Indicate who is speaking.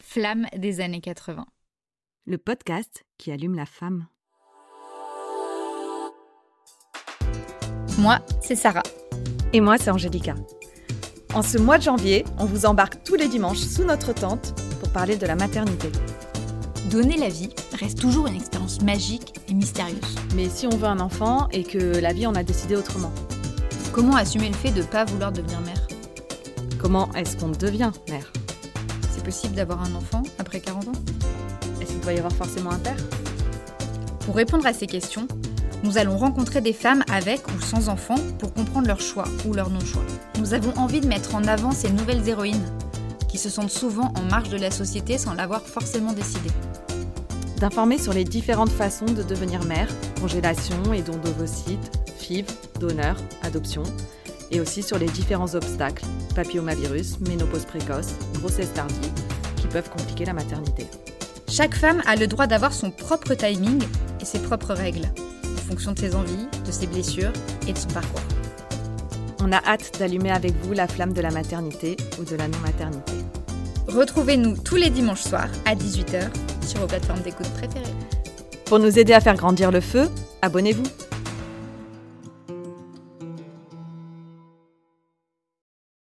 Speaker 1: Flamme des années 80.
Speaker 2: le podcast qui allume la femme.
Speaker 1: Moi, c'est Sarah.
Speaker 3: Et moi, c'est Angélica. En ce mois de janvier, on vous embarque tous les dimanches sous notre tente pour parler de la maternité.
Speaker 1: Donner la vie reste toujours une expérience magique et mystérieuse.
Speaker 3: Mais si on veut un enfant et que la vie en a décidé autrement,
Speaker 1: Comment assumer le fait de ne pas vouloir devenir mère
Speaker 2: Comment est-ce qu'on devient mère
Speaker 1: C'est possible d'avoir un enfant après 40 ans
Speaker 3: est-ce qu'il doit y avoir forcément un père
Speaker 1: Pour répondre à ces questions, nous allons rencontrer des femmes avec ou sans enfants pour comprendre leur choix ou leur non-choix. Nous avons envie de mettre en avant ces nouvelles héroïnes, qui se sentent souvent en marge de la société sans l'avoir forcément décidé.
Speaker 2: D'informer sur les différentes façons de devenir mère, congélation et don d'ovocytes, FIV, donneur, adoption, et aussi sur les différents obstacles, papillomavirus, ménopause précoce, grossesse tardive, qui peuvent compliquer la maternité.
Speaker 1: Chaque femme a le droit d'avoir son propre timing et ses propres règles, en fonction de ses envies, de ses blessures et de son parcours.
Speaker 2: On a hâte d'allumer avec vous la flamme de la maternité ou de la non-maternité.
Speaker 1: Retrouvez-nous tous les dimanches soirs à 18h sur vos plateformes d'écoute préférées.
Speaker 2: Pour nous aider à faire grandir le feu, abonnez-vous.